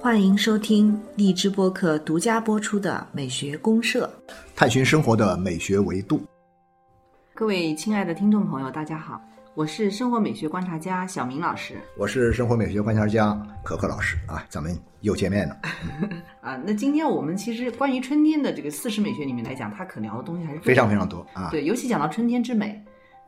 欢迎收听荔枝播客独家播出的《美学公社》，探寻生活的美学维度。各位亲爱的听众朋友，大家好，我是生活美学观察家小明老师。我是生活美学观察家可可老师啊，咱们又见面了，啊，那今天我们其实关于春天的这个四十美学里面来讲，它可聊的东西还是非常非常常多啊。对，尤其讲到春天之美。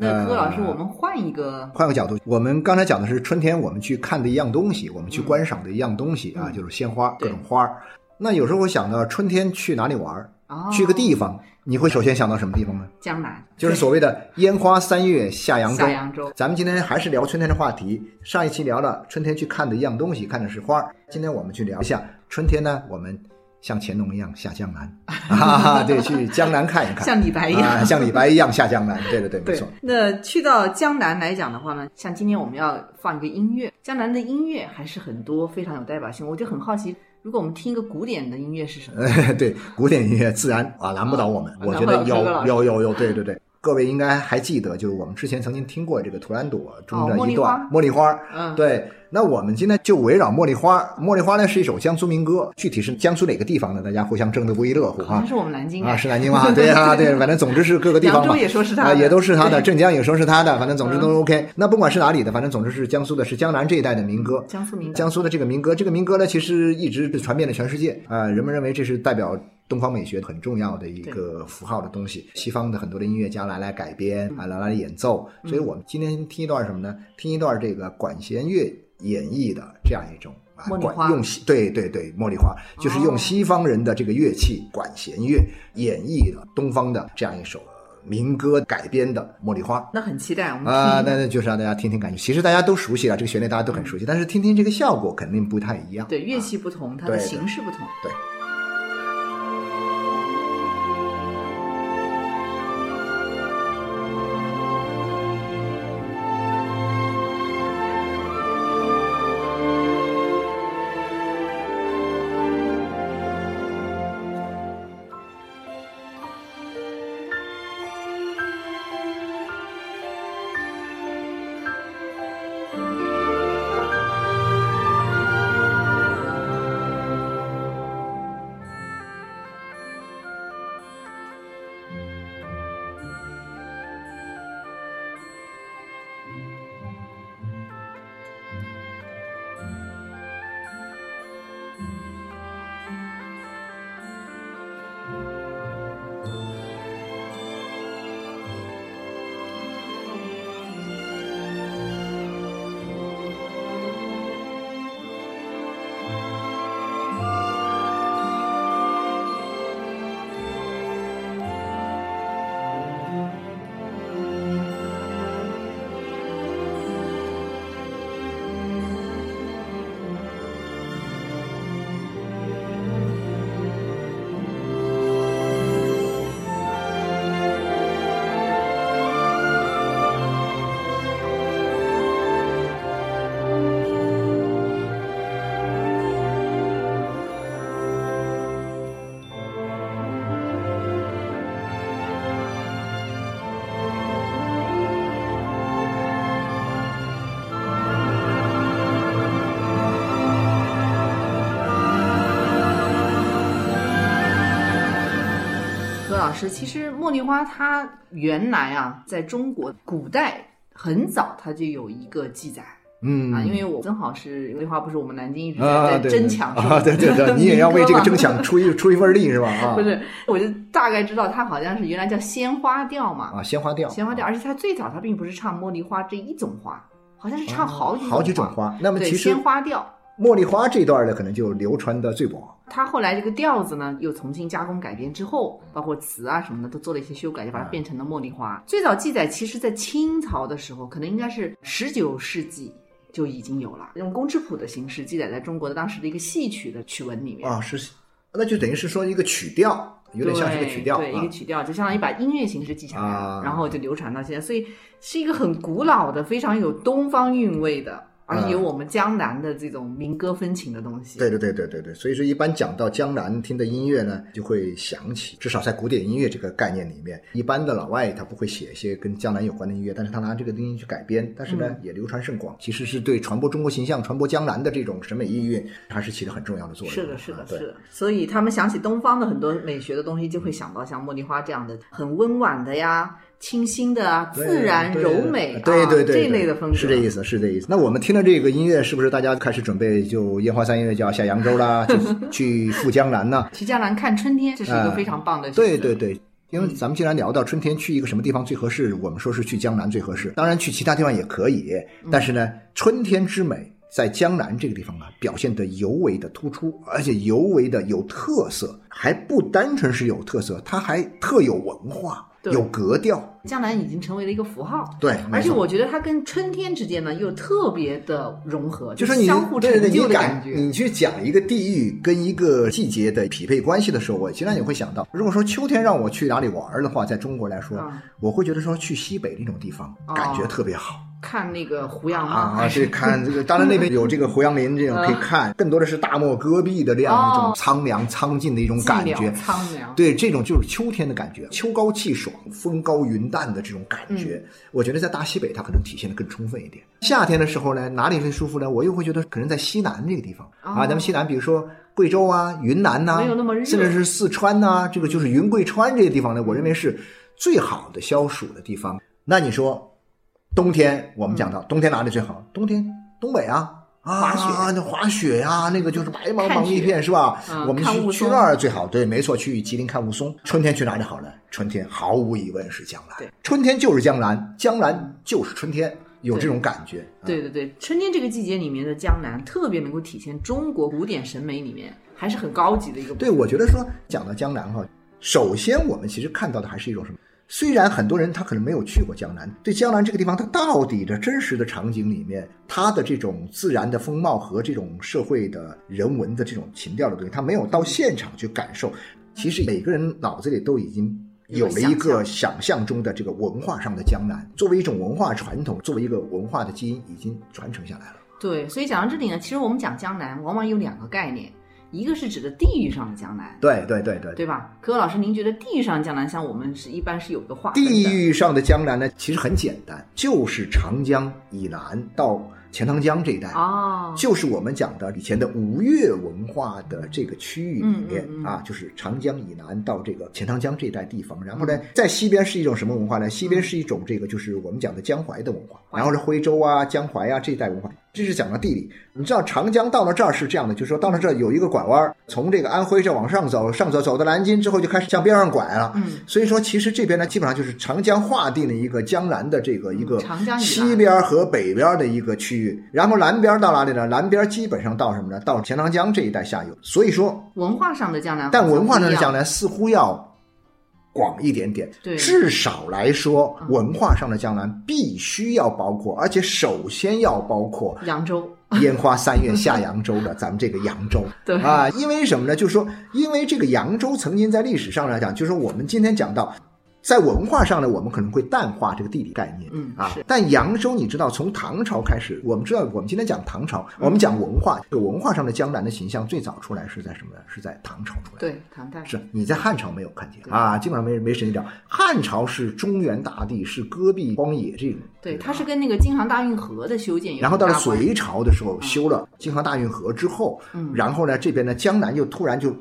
那呃柯老师，我们换一个，换个角度，我们刚才讲的是春天我们去看的一样东西，我们去嗯观赏的一样东西啊，嗯就是鲜花，对各种花儿。那有时候我想到春天去哪里玩儿，哦、去个地方，你会首先想到什么地方呢？江南，就是所谓的“烟花三月下扬州下”。扬州，咱们今天还是聊春天的话题。上一期聊了春天去看的一样东西，看的是花儿。今天我们去聊一下春天呢，我们像乾隆一样下 江南，啊，对，去江南看一看，像李白一样。啊，像李白一样下江南。对对对，没对 错。，那去到江南来讲的话呢，像今天我们要放一个音乐，江南的音乐还是很多，非常有代表性。我就很好奇，如果我们听一个古典的音乐是什么？对，古典音乐自然啊难不倒我们，我觉难得不倒有柯老师有有有，对对对。各位应该还记得，就是我们之前曾经听过这个《图兰朵》中哦的茉莉一段花茉莉花，嗯，对，那我们今天就围绕茉莉花。茉莉花呢是一首江苏民歌，具体是江苏哪个地方呢？大家互相争得不亦乐乎好像啊！是我们南京啊，哎是南京吗？对 啊，对，反正总之是各个地扬方州吧。也说是他啊，的，也都是他的，对镇江也说是他的，反正总之嗯都 OK。那不管是哪里的，反正总之是江苏的，是江南这一带的民歌。江苏民歌江苏的这个民歌，这个民歌呢，其实一直是传遍了全世界啊、人们认为这是代表东方美学很重要的一个符号的东西。西方的很多的音乐家来来改编啊，来来演奏。嗯所以我们今天听一段什么呢？听一段这个管弦乐演绎的这样一种。啊茉莉管花用西对对对，茉莉花就是用哦西方人的这个乐器管弦乐演绎的东方的这样一首呃民歌改编的《茉莉花》。那很期待我们听 啊，那那就是让大家听听感觉。其实大家都熟悉啊了，这个旋律大家都很熟悉，但是听听这个效果肯定不太一样。嗯对乐啊器不同，它对的对形式不同。对何老师，其实茉莉花它原来啊，在中国古代很早它就有一个记载。嗯啊，因为我正好是茉莉花，不是我们南京一直在、啊，在对争抢是吧啊，对对对，你也要为这个争。 民歌抢嘛出一出一份力是吧？啊，不是，我就大概知道它好像是原来叫鲜花调嘛，啊，鲜花调，鲜花调，而且它最早它并不是唱茉莉花这一种花，好像是啊唱好几好几种花。那么对，其实鲜花调。茉莉花这段呢，可能就流传的最广。它后来这个调子呢，又重新加工改编之后，包括词啊什么的都做了一些修改，就把它嗯变成了茉莉花。最早记载其实，在清朝的时候，可能应该是十九世纪就已经有了，用公知谱的形式记载在中国的当时的一个戏曲的曲文里面。啊，是，那就等于是说一个曲调，有点像是个曲调对，对啊一个曲调，就相当于把音乐形式记下来了，啊然后就流传到现在，所以是一个很古老的、非常有东方韵味的而且有我们江南的这种民歌风情的东西。嗯对对对对对对，所以说一般讲到江南听的音乐呢，就会想起，至少在古典音乐这个概念里面，一般的老外他不会写一些跟江南有关的音乐，但是他嗯拿这个东西去改编，但是呢、也流传甚广，其实是对传播中国形象、传播江南的这种审美意蕴，还是起了很重要的作用。是的，是的，啊对嗯是的。所以他们想起东方的很多美学的东西，就会想到像茉莉花这样的很温婉的呀、清新的啊、对自然对柔美啊对对对，这对一类的风格。是这意思，是这意思。那我们听了这个音乐，是不是大家开始准备就烟花三月就要下扬 州啦，就去赴江南呢？齐江南看春天，这是一个哎非常棒的、对对。对。因为咱们既然聊到春天去一个什么地方最合适，我们说是去江南最合适，当然去其他地方也可以，嗯但是呢，春天之美在江南这个地方啊，表现得尤为的突出，而且尤为的有特色，还不单纯是有特色，它还特有文化，对有格调，江南已经成为了一个符号。对，而没且错。我觉得它跟春天之间呢又特别的融合，就是说你相互成对对对，就你的感感嗯觉。你去讲一个地域跟一个季节的匹配关系的时候，我经常也会想到，如果说秋天让我去哪里玩儿的话，在中国来说，啊我会觉得说去西北那种地方哦感觉特别好。看那个胡杨啊，去看这个，当然那边有这个胡杨林这 种可以看，更多的是大漠戈壁的这样一哦种苍凉苍劲的一种寂感寥觉。苍凉。对，这种就是秋天的感觉，秋高气爽、风高云淡的这种感觉，嗯我觉得在大西北它可能体现的更充分一点。夏天的时候呢，哪里最舒服呢？我又会觉得可能在西南这个地方、哦啊，咱们西南，比如说贵州啊、云南呐、没有那么热甚至是四川呐、这个就是云贵川这些地方呢，我认为是最好的消暑的地方。那你说，冬天我们讲到、冬天哪里最好？冬天东北啊。嗯啊，滑雪那滑雪呀、那个就是白茫看茫雪一片，是吧？嗯我们看雾去去凇那儿最好，对，没错，去吉林看雾凇。春天去哪里好呢？春天毫无疑问是江对南，春天就是江南，江南就是春天，有对这种感觉。啊对对对，春天这个季节里面的江南，特别能够体现中国古典审美里面还是很高级的一个部分。对，我觉得说讲到江南哈，首先我们其实看到的还是一种什么？虽然很多人他可能没有去过江南，对江南这个地方，它到底的真实的场景里面，它的这种自然的风貌和这种社会的人文的这种情调的东西，他没有到现场去感受。其实每个人脑子里都已经有了一个想象中的这个文化上的江南，作为一种文化传统，作为一个文化的基因，已经传承下来了。对，所以讲到这里呢，其实我们讲江南，往往有两个概念，一个是指的地域上的江南，对对对对对吧？可老师，您觉得地域上的江南，像我们是一般是有一个划分的地域上的江南呢，其实很简单，就是长江以南到钱塘江这一带。哦，就是我们讲的以前的吴越文化的这个区域里面、嗯嗯嗯啊，就是长江以南到这个钱塘江这一带地方，然后嗯呢，在西边是一种什么文化呢？西边是一种这个就是我们讲的江淮的文化，然后是徽州啊、江淮啊这一带文化。这是讲到地理，你知道长江到了这儿是这样的，就是说到了这儿有一个拐弯儿，从这个安徽这往上走，上走走到南京之后就开始向边上拐了。嗯，所以说，其实这边呢，基本上就是长江划定了一个江南的这个一个嗯长江以南西边和北边的一个区域，然后南边到哪里呢？南边基本上到什么呢？到钱塘江这一带下游。所以说，文化上的江南，但文化上的江南，南似乎要广一点点，对至少来说，嗯文化上的江南必须要包括，而且首先要包括扬州，烟花三月下扬州的，咱们这个扬州，对 啊，因为什么呢？就是说，因为这个扬州曾经在历史上来讲，就是说我们今天讲到，在文化上呢，我们可能会淡化这个地理概念，嗯啊是，但扬州你知道，从唐朝开始，我们知道，我们今天讲唐朝，我们讲文化，这个文化上的江南的形象最早出来是在什么呢？是在唐朝出来的。对，唐代是你在汉朝没有看见对啊，基本上没没时间讲。汉朝是中原大地，是戈壁荒野这种。对，它是跟那个京杭大运河的修建有很大然后到了关系隋朝的时候，修了京杭大运河之后，嗯然后呢，这边呢，江南又突然就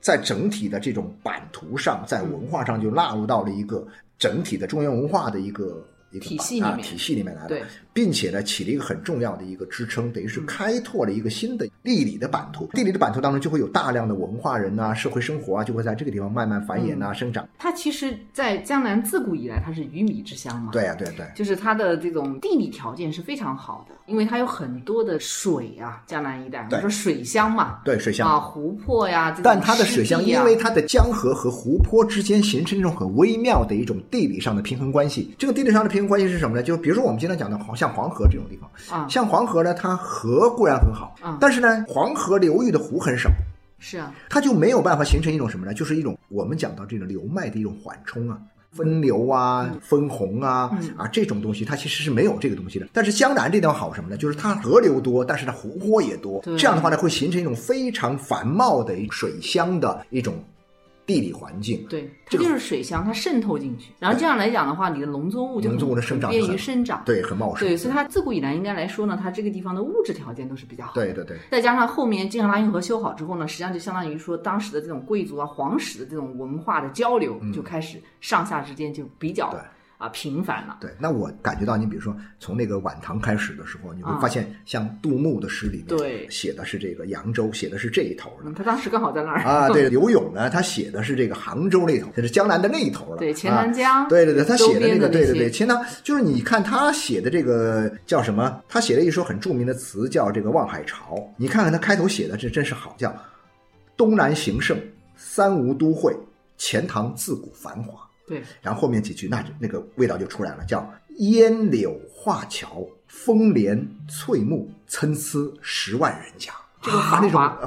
在整体的这种版图上，在嗯文化上就纳入到了一个整体的中原文化的一个一个体版系里啊面体系里面来了，对，嗯并且呢，起了一个很重要的一个支撑，等于是开拓了一个新的地理的版图。地理的版图当中，就会有大量的文化人呐、社会生活啊，就会在这个地方慢慢繁衍呐、啊嗯生长。它其实，在江南自古以来，它是鱼米之乡嘛。。对呀、啊对呀对呀。就是它的这种地理条件是非常好的，因为它有很多的水啊，江南一带，我对们说水乡嘛，对水乡啊，湖泊呀、这种但它的水湿乡地啊因为它的江河和湖泊之间形成一种很微妙的一种地理上的平衡关系。这个地理上的平衡关系是什么呢？就是比如说我们经常讲的黄，像黄河这种地方，啊，像黄河呢，它河固然很好嗯，但是呢，黄河流域的湖很少，是啊，它就没有办法形成一种什么呢？就是一种我们讲到这种流脉的一种缓冲啊。分流啊、分红啊嗯啊这种东西，它其实是没有这个东西的。但是江南这地方好什么呢？就是它河流多，但是它湖泊也多对，这样的话呢，会形成一种非常繁茂的一水乡的一种地理环境。对，它这个就是水箱，它渗透进去，然后这样来讲的话，你的农作物就农作物的生长很便很于生长。对，很茂盛。对，所以它自古以来应该来说呢，它这个地方的物质条件都是比较好的。对对对，再加上后面晋拉运河修好之后呢，实际上就相当于说当时的这种贵族啊、皇室的这种文化的交流就开始上下之间就比较嗯对啊频繁了。对，那我感觉到，你比如说从那个晚唐开始的时候，你会发现，像杜牧的诗里面，啊对写的是这个扬州，写的是这一头嗯，的。他当时刚好在那儿， 啊，对，刘永呢，他写的是这个杭州那头，就是江南的那一头了。对钱啊塘江，对对对，他周写的那边个，的对那对对，些钱塘就是你看他写的这个叫什么？他写了一首很著名的词叫这个《望海潮》，你看看他开头写的这真是好，叫“东南形胜，三吴都会，钱塘自古繁华”。对然后后面几句，那那个味道就出来了，叫烟柳画桥，风帘翠幕，参差十万人家。这个啊繁那种华呃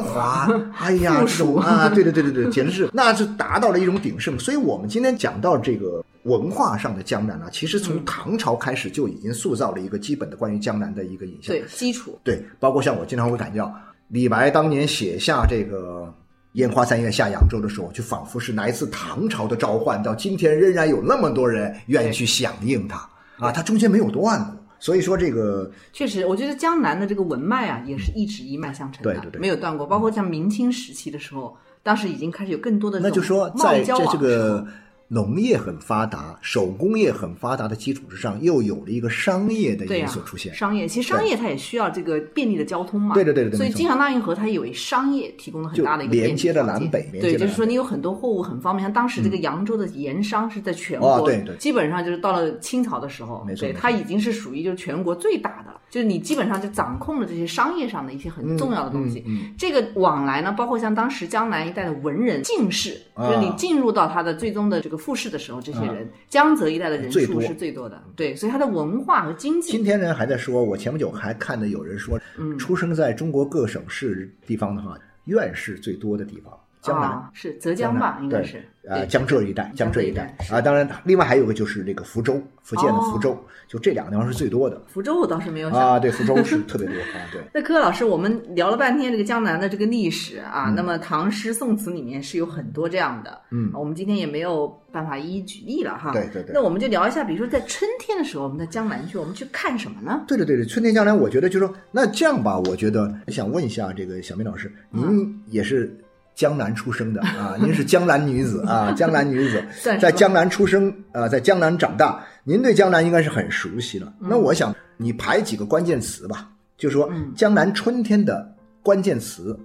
华，哎呀，附这种属啊，对对对对对，简直是，那是达到了一种鼎盛。所以我们今天讲到这个文化上的江南啊，其实从嗯唐朝开始就已经塑造了一个基本的关于江南的一个影像。对，基础对，包括像我经常会感觉到，李白当年写下这个“烟花三月下扬州”的时候，就仿佛是来自唐朝的召唤，到今天仍然有那么多人愿意去响应它啊，它中间没有断过。所以说这个确实，我觉得江南的这个文脉啊，也是一直一脉相承的，对对嗯对没有断过。包括像明清时期的时候，当时已经开始有更多的这那种啊就说贸易在交这往这的时候个农业很发达、手工业很发达的基础之上，又有了一个商业的对呀、因素出现。商业其实商业它也需要这个便利的交通嘛。对对对对所以没错京杭大运河它也为商业提供了很大的一个就便利连接了条件南北连接对，了就是说南你有很多货物很方便。像当时这个扬州的盐商是在全国，哦对对基本上就是到了清朝的时候，没错对，没错它已经是属于就是全国最大的了，就是你基本上就掌控了这些商业上的一些很重要的东西。嗯这个往来呢，包括像当时江南一带的文人进士，啊就是你进入到他的最终的这个复试的时候，这些人、江浙一带的人最数多嗯是最多的。对，所以它的文化和经济今天人还在说，我前不久还看的有人说，嗯出生在中国各省市地方的话，院士最多的地方，江南。啊、是浙江吧，江南应该对是啊，对江浙一带，江江浙浙一一带哦带啊，当然，另外还有个就是这个福州，福建的福州，就这两个地方是最多的福州我倒是没有想到。啊，对，福州是特别 多啊，对，那柯老师，我们聊了半天这个江南的这个历史啊，那么唐诗宋词里面是有很多这样的，嗯我们今天也没有办法一一举例了哈。对对对那我们就聊一下，比如说在春天的时候，我们在江南去，我们去看什么呢？对对对对，春天江南，我觉得就说那这样吧，我觉得想问一下这个小明老师，嗯您也是江南出生的啊，您是江南女子啊，江南女子算是在吧江南出生啊、呃在江南长大，您对江南应该是很熟悉了。那我想你排几个关键词吧，就说嗯江南春天的关键词。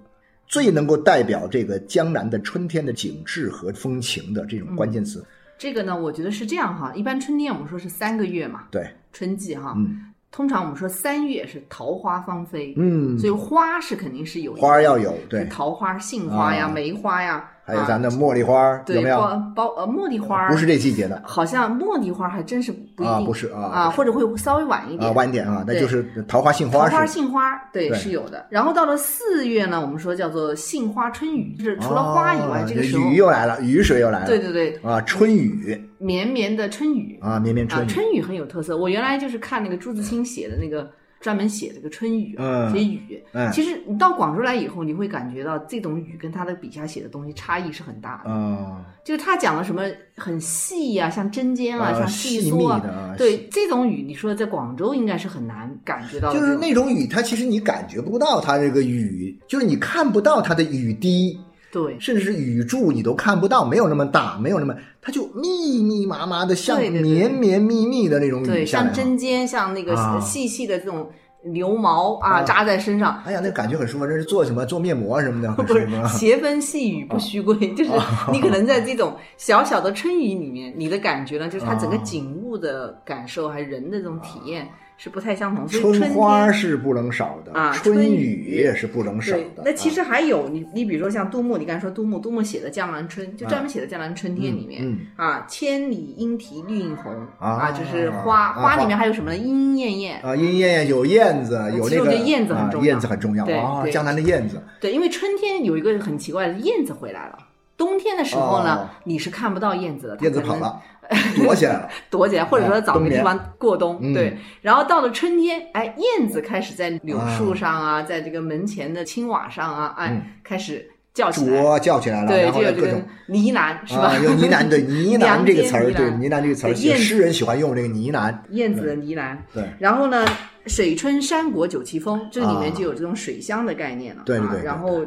最能够代表这个江南的春天的景致和风情的这种关键词，这个呢，我觉得是这样哈。一般春天我们说是三个月嘛，对，春季哈，嗯通常我们说三月是桃花芳菲，嗯，所以花是肯定是有花儿要有，对，桃花、杏花呀、啊梅花呀，还有啊咱的茉莉花儿、有对没有？包包呃茉莉花，不是这季节的，好像茉莉花还真是不一定啊，不是啊啊或者会稍微晚一啊，点。晚点啊，那对就是桃花杏桃花花、是杏花，对，对是有的。然后到了四月呢，我们说叫做杏花春雨，就是除了花以外，哦这个时候雨，又来了，雨水又来了，对对对，啊，春雨绵绵的春雨啊，绵绵啊春，雨，春雨很有特色。我原来就是看那个朱自清写的那个专门写这个春雨啊，嗯写雨。嗯其实你到广州来以后，你会感觉到这种雨跟他的笔下写的东西差异是很大的。啊就是他讲了什么很细呀、像针尖啊，啊，像细密梭啊，的啊，对这种雨，你说在广州应该是很难感觉到的就这是种，那种雨，它其实你感觉不到它这个雨，就是你看不到它的雨滴，对甚至是雨柱你都看不到，没有那么大，没有那么，它就密密麻麻的，像对对对绵绵密密的那种对，雨下来像啊。针尖，像那个啊细细的这种牛毛啊啊扎在身上，哎呀，那感觉很舒服，这是做什么？做面膜什么的，很不舒是服 啊。斜风细雨不须归，就是你可能在这种小小的春雨里面，你的感觉呢，就是它整啊个景物的感受，还有人的这种体验是不太相同。所以春春天花是不能少的，啊春春雨雨也是不能少对的。，那其啊实还有你，你比如说像杜牧，你刚才说杜牧，杜牧写的《江南春》，就专门写的《江南春天》里面。啊嗯，啊，千里莺啼绿映红啊就是花、啊花里面还有什么呢？莺莺燕燕，啊，莺燕燕有燕子，有其实那我觉个得燕子很啊重要燕子很重要对啊对，江南的燕子对，因为春天有一个很奇怪的燕子回来了，冬天的时候呢，哦你是看不到燕子的，它燕子可跑能了，躲起来了。 躲起来，或者说哎找个冬地眠方过冬。嗯对，然后到了春天，哎，燕子开始在柳树上啊，在这个门前的青瓦上啊，哎，嗯开始叫起来。啄叫起来了，对，然后就呢有各这种个呢喃，是吧？啊，有呢喃，对呢喃这个词儿，娘对爹呢喃这个词儿，对燕子诗人喜欢用这个呢喃， 燕子的呢喃。对，然后呢，水春山国酒旗风，这里面就有这种水乡的概念了。啊对对对啊对然后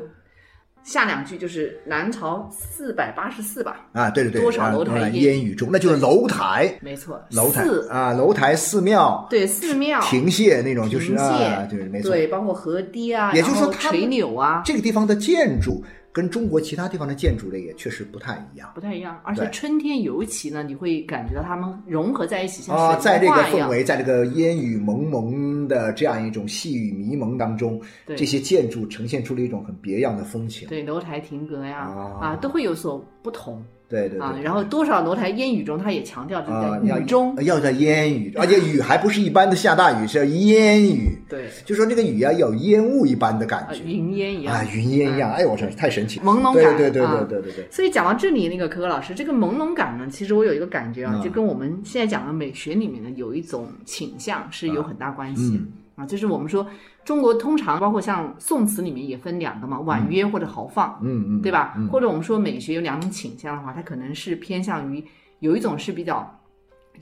下两句就是南朝四百八十四吧，啊，对对对，多少啊楼台当然烟烟雨中，那就是楼台，没错，楼台四啊，楼台寺庙、对寺庙，亭榭那种，就是亭啊，榭对，没错，对，包括河堤啊，也就是说然后他们垂柳啊，这个地方的建筑跟中国其他地方的建筑类也确实不太一样不太一样。而且对春天尤其呢，你会感觉到它们融合在一起，像啊，在水这墨个画一氛样。围，在这个烟雨蒙蒙的这样一种细雨迷蒙当中，对这些建筑呈现出了一种很别样的风情，对楼台亭阁呀，啊啊，都会有所不同对对啊对。。然后多少楼台烟雨中，它也强调这啊个，要雨中，要叫烟雨，而且雨还不是一般的下大雨，是要烟雨，对，就说这个雨啊有烟雾一般的感啊觉云烟一样啊，云烟一样，哎呦我操，太神奇了，朦胧对感对对啊对对对对，所以讲到这里，那个可可老师，这个朦胧感呢，其实我有一个感觉啊，嗯就跟我们现在讲的美学里面的有一种倾向是有很大关系、嗯啊。就是我们说中国通常包括像宋词里面也分两个嘛，婉约或者豪放，嗯嗯，对吧？嗯或者我们说美学有两种倾向的话，它可能是偏向于有一种是比较。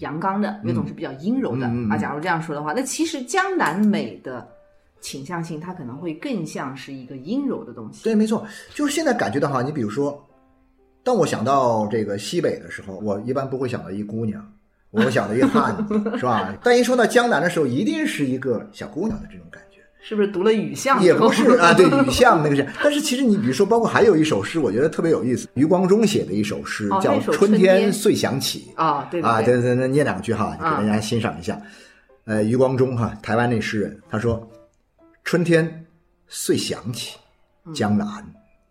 阳刚的，有一种是比较阴柔的、嗯嗯嗯嗯啊。假如这样说的话，那其实江南美的倾向性，它可能会更像是一个阴柔的东西。对，没错，就是现在感觉到哈，你比如说，当我想到这个西北的时候，我一般不会想到一姑娘，我会想到一个汉 子，是吧？但一说到江南的时候，一定是一个小姑娘的这种感觉。是不是读了雨巷也之后不是 啊，对，雨巷那个是，但是其实你比如说，包括还有一首诗，我觉得特别有意思，余光中写的一首诗哦叫那《首春春天天遂想起》啊，对啊，对对对对，念两句哈，给啊大家欣赏一下。呃，余光中哈，台湾那诗人，他说：“春天遂想起嗯江南，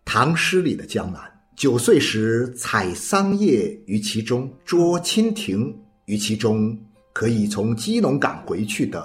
唐诗里的江南。九岁时采桑叶于其中，捉蜻蜓于其中，可以从基隆港回去的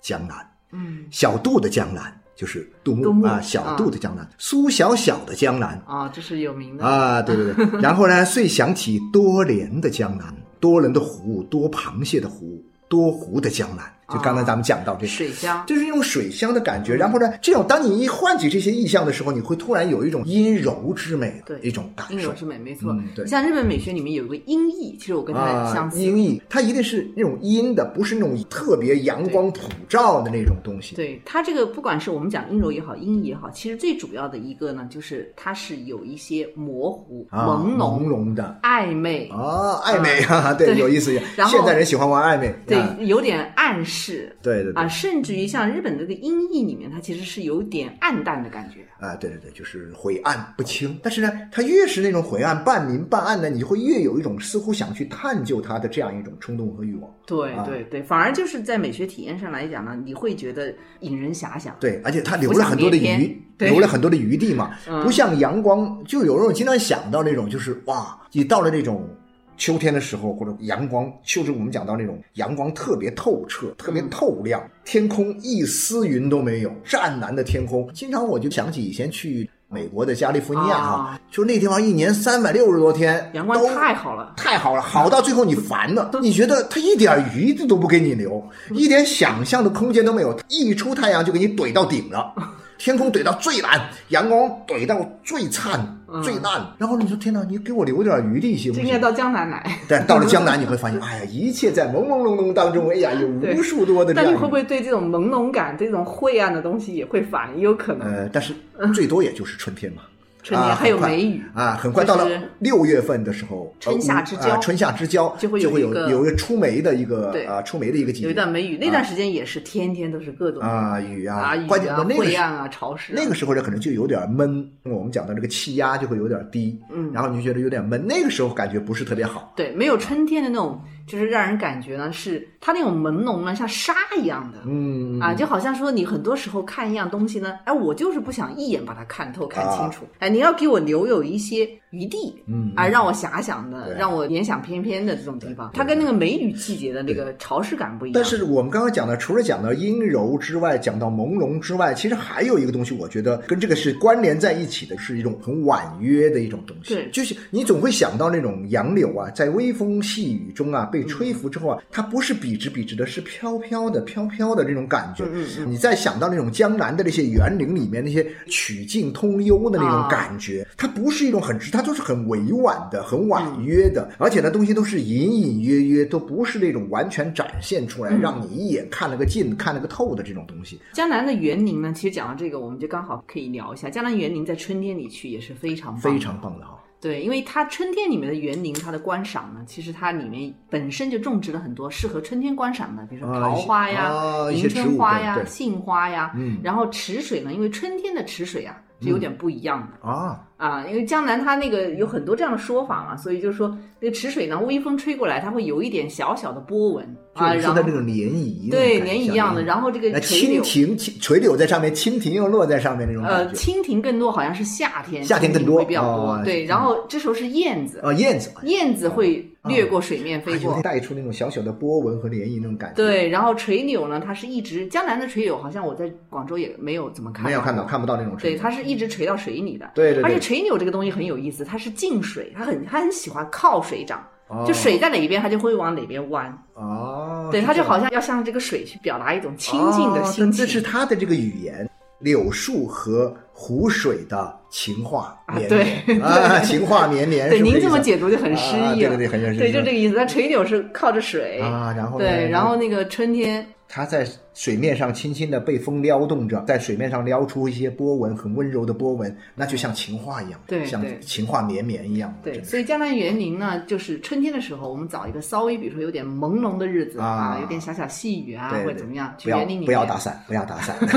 江南。”嗯小杜的江南，就是杜牧杜牧啊，小杜的江南，苏小小的江南啊，这是有名的啊，对对 对。然后呢，遂想起多莲的江南，多人的湖，多螃蟹的湖，多湖的江南。就刚才咱们讲到这个。啊水乡，就是一种水乡的感觉，然后呢，这种当你一唤起这些意象的时候，你会突然有一种阴柔之美对的一种感阴受柔之美，没错嗯。对像日本美学里面有一个音译，其实我跟它啊相，似。阴翳，它一定是那种阴的，不是那种特别阳光普照的那种东西。对它这个，不管是我们讲阴柔也好，阴也好，其实最主要的一个呢，就是它是有一些模糊、啊，朦朦胧、胧的，暧昧，哦，暧昧 啊，对，呃对有意思。然后现在人喜欢玩暧昧，对啊，有点暗示对对对，啊，甚至于像日本这个音译里面，它其实是有点暗淡的感觉。啊，对对对，就是晦暗不清。但是呢，它越是那种晦暗、半明半暗呢，你会越有一种似乎想去探究它的这样一种冲动和欲望。对啊对对，反而就是在美学体验上来讲呢，你会觉得引人遐想。对，而且它留了很多的浮想联余翩，对留了很多的余地嘛，嗯不像阳光，就有时候经常想到那种，就是哇，你到了那种。秋天的时候，或者阳光，就是我们讲到那种阳光特别透彻、嗯特别透亮，天空一丝云都没有，湛蓝的天空。经常我就想起以前去美国的加利福尼亚哈、啊就那地方一年三百六十多天，阳光都太好了。太好了，好到最后你烦了，你觉得它一点余地都不给你留，一点想象的空间都没有，一出太阳就给你怼到 顶了，天空怼到最蓝，阳光怼到最灿嗯、最烂，然后你说天哪，你给我留点余地行不这应该行？到江南 来。但到了江南，你会 发现，哎呀，一切在朦朦胧胧当中，哎呀，有无数多的这但样你一会不种。会对这种朦胧感、这种晦暗的东西也会反？也有可能。呃，但是嗯最多也就是春天嘛，春天啊还有很快梅雨，啊，很快到了就是六月份的时候，呃春夏之交啊春夏之交就会有一有个有一个出梅的一个对啊，出梅的一个季有一节段梅雨，那段时间也是天天都是各种啊，雨啊啊，雨关键啊、那个晦时暗啊、潮湿啊。那个时候呢，可能就有点闷。我们讲到这个气压就会有点低，嗯然后你就觉得有点闷，那个时候感觉不是特别好。对，没有春天的那种，就是让人感觉呢，是它那种朦胧呢，像沙一样的。嗯，啊，就好像说你很多时候啊看一样东西呢，哎，我就是不想一眼把它看透、看清楚，哎，你要给我留有一些余地，嗯啊，让我遐想的，对啊让我联想翩翩的这种地方，它跟那个梅雨季节的那个潮湿感不一样。但是我们刚刚讲的，除了讲到阴柔之外，讲到朦胧之外，其实还有一个东西，我觉得跟这个是关联在一起的，是一种很婉约的一种东西。对就是你总会想到那种杨柳啊，在微风细雨中啊，被吹拂之后啊，它不是笔直笔直的，是飘飘的、飘飘的这种感觉。嗯你再想到那种江南的那些园林里面那些曲径通幽的那啊种感觉，它不是一种很直，它就是很委婉的、很婉约嗯的，而且呢，东西都是隐隐约约，都不是那种完全展现出嗯来，让你一眼看了个尽、看了个透的这种东西。江南的园林呢，其实讲到这个，我们就刚好可以聊一下。江南园林在春天里去也是非常棒的非常棒的哈，对，因为它春天里面的园林，它的观赏呢，其实它里面本身就种植了很多适合春天观赏的，比如说啊桃花一些呀、啊一迎些植春物花对呀、对杏花呀。嗯然后池水呢，因为春天的池水啊是有点不一样的。啊，啊，因为江南它那个有很多这样的说法嘛，所以就是说那个池水呢，微风吹过来，它会有一点小小的波纹啊，就是然它后那种涟漪，对那种感涟觉漪一样的，。然后这个那垂蜻柳，蜓蜻垂柳在上面，蜻蜓又落在上面那种呃感，觉。蜻蜓更多好像是夏天，夏天蜻更蜓多会比较多，哦对，然后这时候是燕子，啊，燕子，燕子会掠过水面哎呃飞呦过。带出那种小小的波纹和涟漪那种感觉。对，然后垂柳呢，它是一直江南的垂柳，好像我在广州也没有怎么看，没有看到，。看不到那种对，垂柳。它是一直垂到水里的。对对而且对，垂柳这个东西很有意思，它是近水，它很它很喜欢靠水长，哦就水在哪一边，它就会往哪边弯。哦，对，是它就这样好像要向这个水去表达一种亲近的哦心情。这是他的这个语言，柳树和湖水的情话啊绵对绵啊，情话绵绵。对，是不是您这么意思解读就很诗啊意对了。对对，很有诗意。对就这个意思。它垂柳是靠着水，啊，然后呢对，然后那个春天，它在水面上轻轻的被风撩动着，在水面上撩出一些波纹，很温柔的波纹，那就像情话一样，对像对情话绵绵一样的，对，真的所以江南园林呢，就是春天的时候，我们找一个稍微，比如说有点朦胧的日子啊有点小小细雨啊，对对或者怎么样，去不要园林里面不要打伞，不要打 伞，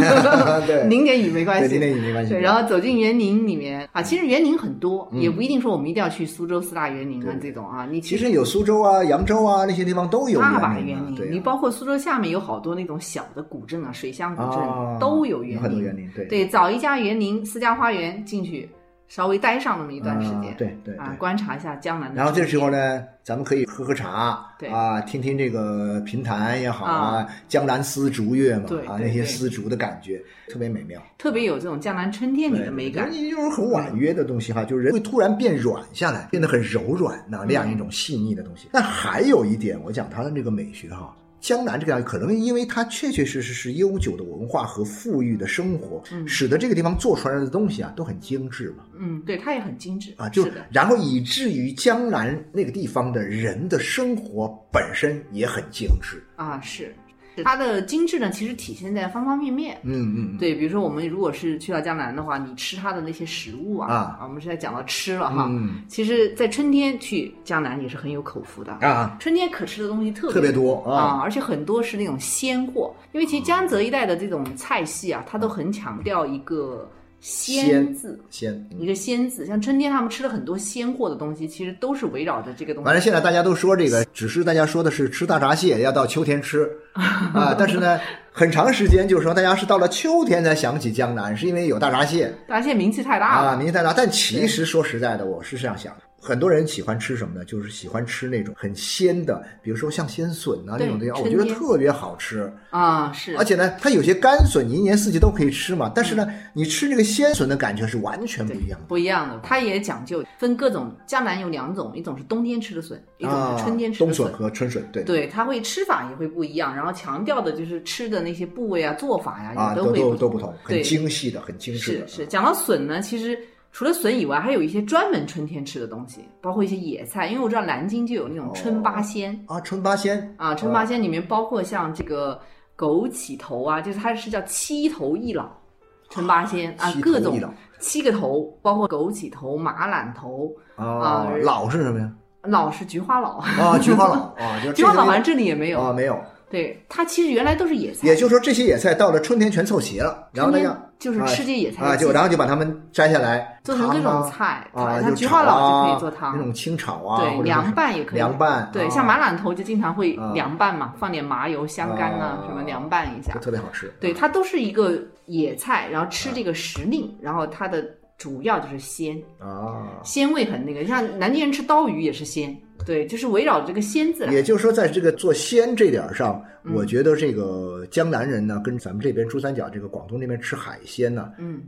对，淋点雨没关对，系那。也没关系。嗯对，然后走进园林里面啊，其实园林很多，也不一定说我们一定要去苏州四大园林啊对这种啊，你其实有苏州啊、扬州啊那些地方都有大把园林园啊林，对啊你包括苏州下面有好多那种小的古镇啊，水乡古镇、啊都有园很多林。园林，对对，找一家园林、私家花园进去，稍微待上那么一一段时间，对对啊，对。观察一下江南的。然后这时候，呢，咱们可以喝喝茶，对啊，听听这个评弹也好啊，江南丝竹乐嘛对，啊，对那些对丝竹的感觉特别美妙，特别有这种江南春天里对的美感。嗯你就是很婉约的东西哈，就是人会突然变软下来，变得很柔软，那那样一种嗯细腻的东西。但还有一点，我讲它的这个美学哈。江南这个地方可能因为它确确实实是悠久的文化和富裕的生活，嗯使得这个地方做出来的东西啊都很精致嘛。嗯，对，它也很精致啊，就是的，然后以至于江南那个地方的人的生活本身也很精致。啊，是是它的精致呢，其实体现在方方面面。嗯嗯，嗯，对，比如说我们如果是去到江南的话，你吃它的那些食物啊，啊我们是在讲到吃了哈。嗯其实，在春天去江南也是很有口福的，啊，春天可吃的东西特别特别多啊，啊而且很多是那种鲜货，因为其实江浙一带的这种菜系啊，它都很强调一个“鲜”鲜字，鲜。一个“鲜”字。像春天他们吃了很多鲜货的东西，其实都是围绕着这个东反西。正现在大家都说这个，只是大家说的是吃大闸蟹要到秋 天吃啊，但是呢，很长时间就是说大家是到了秋天才想起江南，是因为有大闸蟹大家现在名气太大了，啊，名气太大。但其实说实在的，我是这样想的。很多人喜欢吃什么呢？就是喜欢吃那种很鲜的，比如说像鲜笋啊那种东对西，我觉得春天特别好吃。啊，是而且呢，它有些干笋，你一年四季都可以吃嘛。但是呢，嗯你吃这个鲜笋的感觉是完全不一样的。不一样的。它也讲究分各种，江南有两种，一种是冬天吃的笋，一种啊，是春天吃冬的笋。和春笋，对对，它会吃法也会不一样，然后强调的就是吃的那些部位啊、做法呀、啊，也都会都同都不同，对很精细的，很精致是的。嗯是，讲到笋呢，其实除了笋以外，还有一些专门春天吃的东西，包括一些野菜。因为我知道南京就有那种春八鲜、啊，春八鲜啊，春八鲜里面包括像这个枸杞头啊，就是它是叫七头一老。春八鲜啊七，各头种一老七个头，包括枸杞头、马兰头，啊啊，老是什么呀？老是菊花老， 啊，菊花老啊，就菊花老好像这里也没没有。啊，没有。对，它其实原来都是野菜，也就是说，这些野菜到了春天全凑齐了，然春后那天样就是啊吃这些野菜啊，的季就节然后就把它们摘下来，做成各汤种啊菜，啊，像就菊花炒老就可啊以做汤，那种清炒啊，对或者凉说是拌也可以凉拌对，啊像马兰头就经常会啊凉拌嘛，放点麻油、香干啊啊什么凉拌一下就。特别好吃。对，它都是一个野菜，然后吃这个时令，然后它的主要就是鲜，啊。鲜味很那个，像南京人吃刀鱼也是鲜，对，就是围绕着这个鲜字来。也就是说，在这个做鲜这点儿上，嗯我觉得这个江南人呢，跟咱们这边珠三角这个广东那边吃海鲜呢，嗯，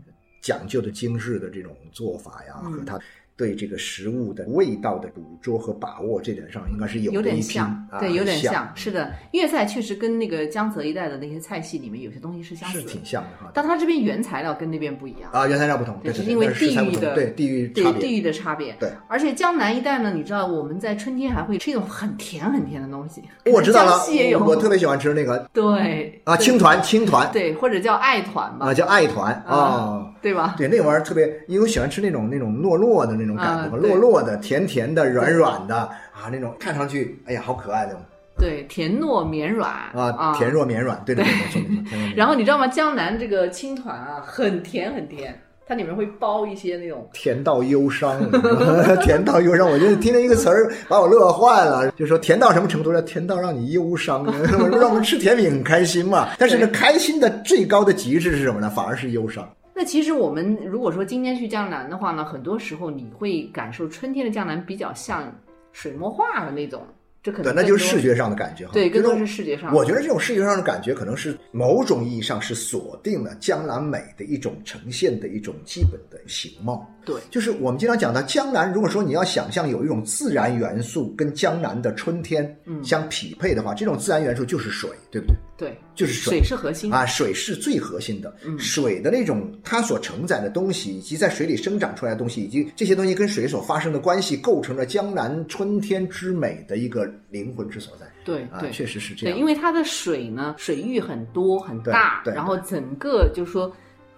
讲究的精致的这种做法呀，嗯和他对这个食物的味道的捕捉和把握这点上，应该是有的点一拼像，啊，对，有点像，是的。粤菜确实跟那个江浙一带的那些菜系里面有些东西是相是似挺的，像的哈。但它这边原材料跟那边不一样。啊，原材料不同，对对对，是因为那食材地域不同的对地域对差别，地域的差别，对，而且江南一带呢，你知道我们在春天还会吃一种很甜很甜的东西，我知道了江西也有，，我我特别喜欢吃那个对啊青，团青团对对，或者叫艾团吧，啊叫艾团啊啊。对吧？对，那玩意儿特别，因为我喜欢吃那种那种糯糯的那种感觉啊嘛，对糯糯的、甜甜的、软软的啊，那种看上去，哎呀，好可爱那种对，甜糯绵软啊，甜弱绵软，对对对，没错 没错，甜弱绵软然后你知道吗？江南这个青团啊，很甜很甜，它里面会包一些那种，甜到忧伤，你知道吗 甜到忧伤，我觉得听了一个词儿把我乐坏了，就说甜到什么程度？叫甜到让你忧伤， 我说让我们吃甜品很开心嘛，但是呢，开心的最高的极致是什么呢？反而是忧伤。那其实我们如果说今天去江南的话呢，很多时候你会感受春天的江南比较像水墨画的那种，这可能对，那就是更视多觉上的感觉哈。对，更就多是是视觉上的。我觉得这种视觉上的感觉，可能是某种意义上是锁定了江南美的一种呈现的一种基本的形貌。对，就是我们经常讲到江南，如果说你要想象有一种自然元素跟江南的春天嗯相匹配的话，这种自然元素就是水，对不对？对，就是水水嗯是核心，啊，水是最核心的，水的那种它所承载的东西，以及在水里生长出来的东西，以及这些东西跟水所发生的关系，构成了江南春天之美的一个灵魂之所在。对啊，对。确实是这对，样因。为它的水呢，水域很多很大，对对然后整个就是说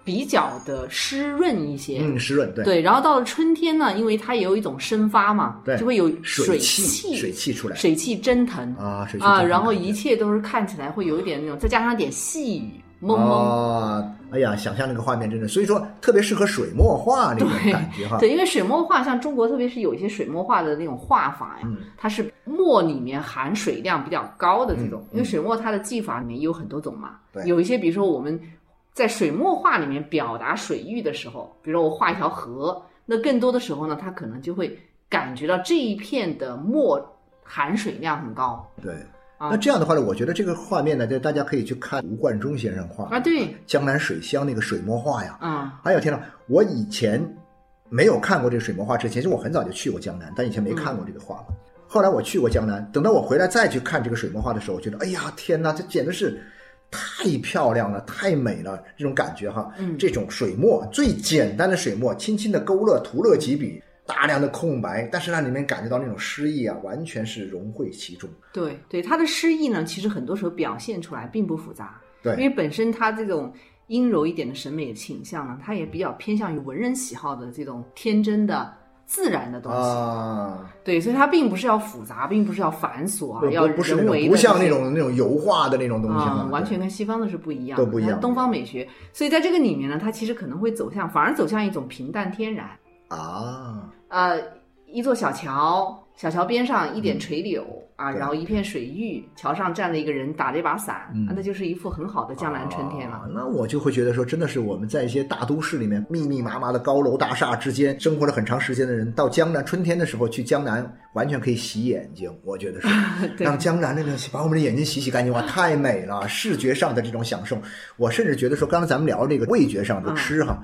比较的湿润一些，嗯，湿润，对，对，然后到了春天呢，因为它也有一种生发嘛，对就会有水气、水气出来水气蒸腾啊，水气啊，蒸然后腾一切都是看起来会有一点那种，再加上点细雨哦蒙蒙。啊，哎呀，想象那个画面真的，所以说特别适合水墨画那种感觉哈。对，因为水墨画像中国，特别是有一些水墨画的那种画法呀，嗯它是墨里面含水量比较高的这种，嗯因为水墨它的技法里面有很多种嘛，对有一些比如说我们在水墨画里面表达水域的时候，比如说我画一条河，那更多的时候呢，它可能就会感觉到这一片的墨含水量很高对，啊那这样的话呢，我觉得这个画面呢，就大家可以去看吴冠中先生画啊，对，江南水乡那个水墨画呀。啊，哎呦天呐，我以前没有看过这个水墨画之前，其实我很早就去过江南，但以前没看过这个画嘛。后来我去过江南，等到我回来再去看这个水墨画的时候，我觉得，哎呀天呐，这简直是太漂亮了，太美了，这种感觉哈。嗯这种水墨最简单的水墨，轻轻的勾勒，涂勒几笔，大量的空白，但是让你们感觉到那种诗意啊，完全是融汇其中。对对，它的诗意呢，其实很多时候表现出来并不复杂，对因为本身它这种阴柔一点的审美倾向呢，它也比较偏向于文人喜好的这种天真的自然的东西，啊，对，所以它并不是要复杂，并不是要繁琐不啊，要不是那人为的，种不像那。种那种油画的那种东西啊、哈，完对全跟西方的是不一样的，都不一它是样东方美学，所以在这个里面呢，它其实可能会走向，反而走向一种平淡天然。啊。呃，一座小桥，小桥边上一点垂柳、啊，嗯对然后一片水域，桥上站了一个人打着一把伞，嗯啊那就是一幅很好的江南春天了。啊那我就会觉得说，真的是我们在一些大都市里面密密麻麻的高楼大厦之间生活了很长时间的人，到江南春天的时候去江南，完全可以洗眼睛。我觉得是 对让江南那个把我们的眼睛洗洗干净 哇，太美了！视觉上的这种享受，我甚至觉得说，刚才咱们聊这个味觉上的嗯吃哈。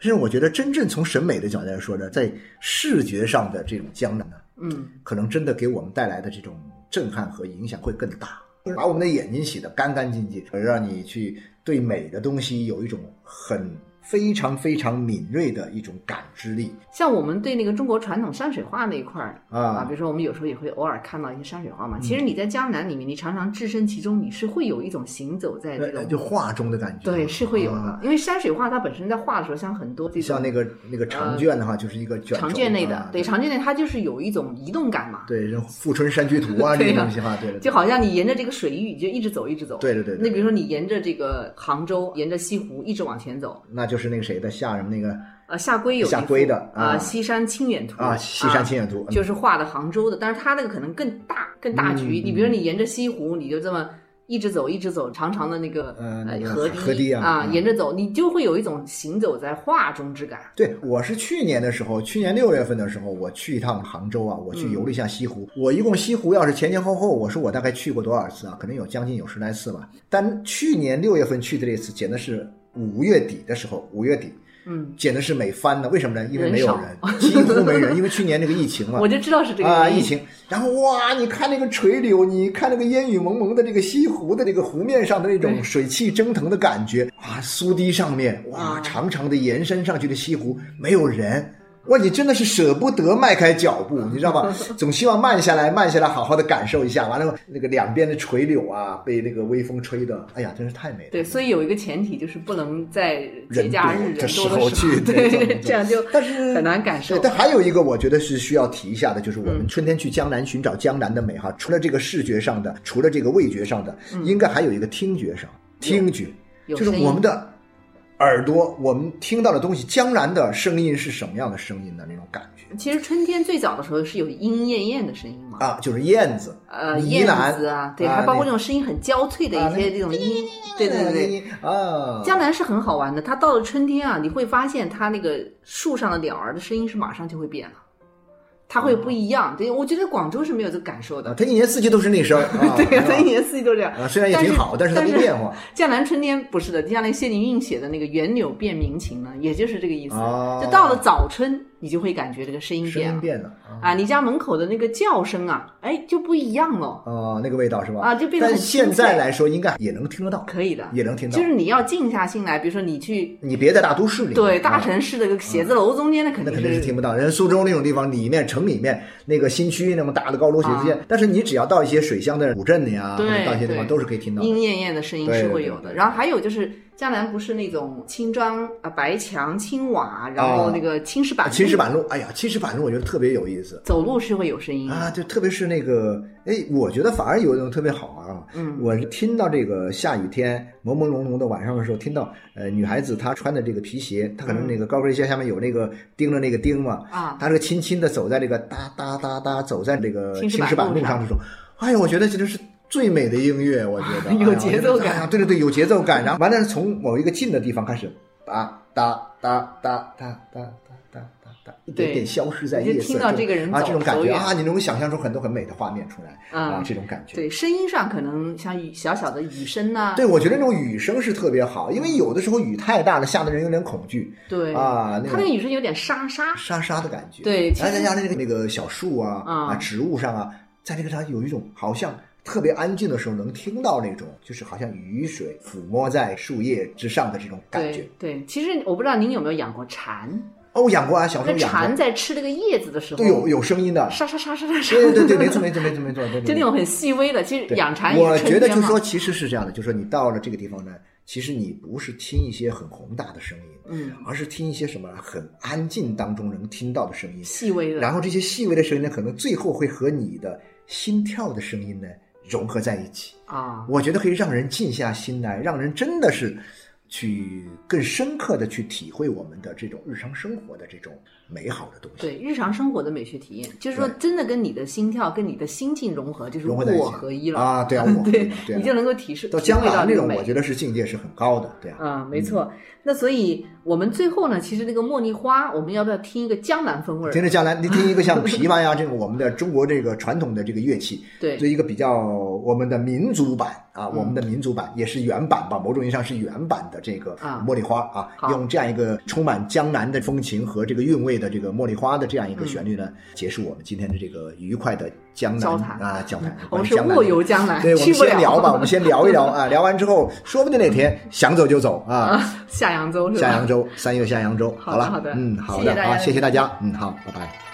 其实我觉得，真正从审美的角度来说呢，在视觉上的这种江南呢，嗯，可能真的给我们带来的这种震撼和影响会更大，把我们的眼睛洗得干干净净，让你去对美的东西有一种很非常非常敏锐的一种感知力像我们对那个中国传统山水画那一块儿啊，啊嗯比。如说我们有时候也会偶尔看到一些山水画嘛。其实你在江南里面，你常常置身其中，你是会有一种行走在这呃种。就画中的感觉，对，是会有的啊，因为山水画它本身在画的时候，像很多这种像那个那个长卷的话，就是一个卷啊长卷类类的，对，长卷类它就是有一种移动感嘛，对，像富春山居图啊这对呀些东西哈，对对对就好像你沿着这个水域你就一直走，一直走。对对对，对那比如说你沿着这个杭州，沿着西湖一直往前走，那就是那个谁的夏什么那个呃，夏归有一幅夏圭的啊呃西山清远图啊西山清远图啊，就是画的杭州的，但是它那个可能更大更大局。嗯你比如说你沿着西湖，你就这么。一直走一直走，长长的那个嗯那呃个河堤河堤啊啊，嗯沿着走，你就会有一种行走在画中之感。对，我是去年的时候，去年六月份的时候，我去一趟杭州啊，我去游了一下西湖。我一共西湖要是前前后后，我说我大概去过多少次啊？可能有将近有十来次吧。但去年六月份去的这次，简直是五月底的时候，五月底嗯，简直是美翻了。为什么呢？因为没有人人，几乎没人，因为去年那个疫情嘛我。就知道是这个啊，原因疫情，然后哇，你看那个垂柳，你看那个烟雨蒙蒙的这个西湖的这个湖面上的那对种水汽蒸腾的感觉啊，苏堤上面啊哇，长长的延伸上去的西湖，没有人。哇，你真的是舍不得迈开 脚步，你知道吗？总希望慢下来，慢下来，好好的感受一下。完了，那个两边的垂柳啊，被那个微风吹的，哎呀，真是太美了。对，所以有一个前提就是不能在节人假多日人的时多的候去对对 对对，这样就但是很难感受对，。但还有一个我觉得是需要提一下的，就是我嗯们春天去江南寻找江南的美哈，除了这个视觉上的，除了这个味觉上的，应该还有一个听觉上，听觉有就是声音我们的。耳朵，我们听到的东西，江南的声音是什么样的声音的那种感觉其实春天最早的时候是有莺莺燕燕的声音嘛，啊？就是燕子，呃，呢燕喃子啊，对，啊还包括那那种声音很娇脆的一些这种音，对对对对。啊，江南是很好玩的，它到了春天啊，你会发现它那个树上的鸟儿的声音是马上就会变了，它会不一样。对，我觉得广州是没有这个感受的啊，。它一年四季都是那声 儿，啊对呀、是吧它一年四季都这样。啊，虽然也挺好，但是它但没是变化江南春天不是的，像那个谢灵运写的那个“园柳变鸣琴”呢，也就是这个意思。哦就到了早春，你就会感觉这个声音声变音了变了啊啊，你家门口的那个叫声啊，哎，就不一样了，哦，那个味道是吧？啊就变得很但现清脆在来说，应该也能听得到，可以的，也能听到。就是你要静下心来，比如说你去你别在大都市里面，对大啊城市的写字楼中间，那肯那定肯定是听不到。人家苏州那种地方，里面城里面那个新区那么大的高楼写字楼，但是你只要到一些水乡的古镇里啊，啊对或者到一些地方对都是可以听到的。莺燕燕的声音是会有对对的。对然后还有就是江南不是那种青砖啊、白墙、青瓦，然后那个青石板啊，路，秦石板路，哎呀，秦石板路我觉得特别有意思走路是会有声音的啊，就特别是那个，哎，我觉得反而有一种特别好玩啊。嗯，我听到这个下雨天朦朦胧胧的晚上的时候，听到呃女孩子她穿的这个皮鞋，她可嗯能那个高跟鞋下面有那个钉的那个钉嘛，啊，他这个轻轻的走在这个哒哒哒哒走在这个青石青石板板路路上上这种，哎呦，我觉得这就是最美的音乐，我觉得有节奏感哎呀我觉得哎呀对对对，有节奏感。然后完了，从某一个近的地方开始，哒哒哒哒哒哒哒哒哒哒，一点对点消失在你就夜色听中到这个人啊，走这种感走觉远啊，你能够想象出很多很美的画面出来嗯啊，这种感觉。对，声音上可能像雨小小的雨声呐、对，我觉得那种雨声是特别好，因为有的时候雨太大了，吓得人有点恐惧对，啊。那它种那个雨声有点沙沙，沙沙的感觉。对其然后实再加上那个那个小树啊、嗯啊植物上啊，在那个它有一种好像特别安静的时候能听到那种，就是好像雨水抚摸在树叶之上的这种感觉对。对。其实我不知道您有没有养过蝉，哦，我养过啊，小那时候养蝉过，在吃那个叶子的时候，对，有有声音的。沙沙沙沙沙沙，对对对，没错没错没错没错，对 对就对那种很细微的。其实对养蝉也我是觉春得天就嘛说，其实是这样的，就说你到了这个地方呢，其实你不是听一些很宏大的声音，嗯，而是听一些什么很安静当中能听到的声音。细微的，然后这些细微的声音呢，可能最后会和你的心跳的声音呢融合在一起。啊，我觉得可以让人静下心来，让人真的是去更深刻的去体会我们的这种日常生活的这种美好的东西。对日常生活的美学体验，就是说对真的跟你的心跳、跟你的心境融合，就是融合在一起我合一了。啊，对啊， 我对，对你就啊，能够体是到江体会到南那那个种，美我觉得是境界是很高的，对啊。啊，没错。那所以我们最后呢，其实那个茉莉花，我们要不要听一个江南风味听儿？着江南，你听一个 像琵琶呀，这个我们的中国这个传统的这个乐器，对这一个比较我们的民族版啊，嗯我们的民族版也是原版吧，某种意义上是原版的这个啊茉莉花啊，好用这样一个充满江南的风情和这个韵味的这个茉莉花的这样一个旋律呢，结束我们今天的这个愉快的江南交谈啊 交谈。我们关于是江南卧的游江南，对，我去们不先聊了吧，我们先聊一聊啊，聊完之后，说不定哪天想走就走 啊，啊，下扬州是吧？下扬州，三月下扬州，好的了，好的嗯，好谢谢的，大家好，的谢谢大家，嗯，好，拜拜。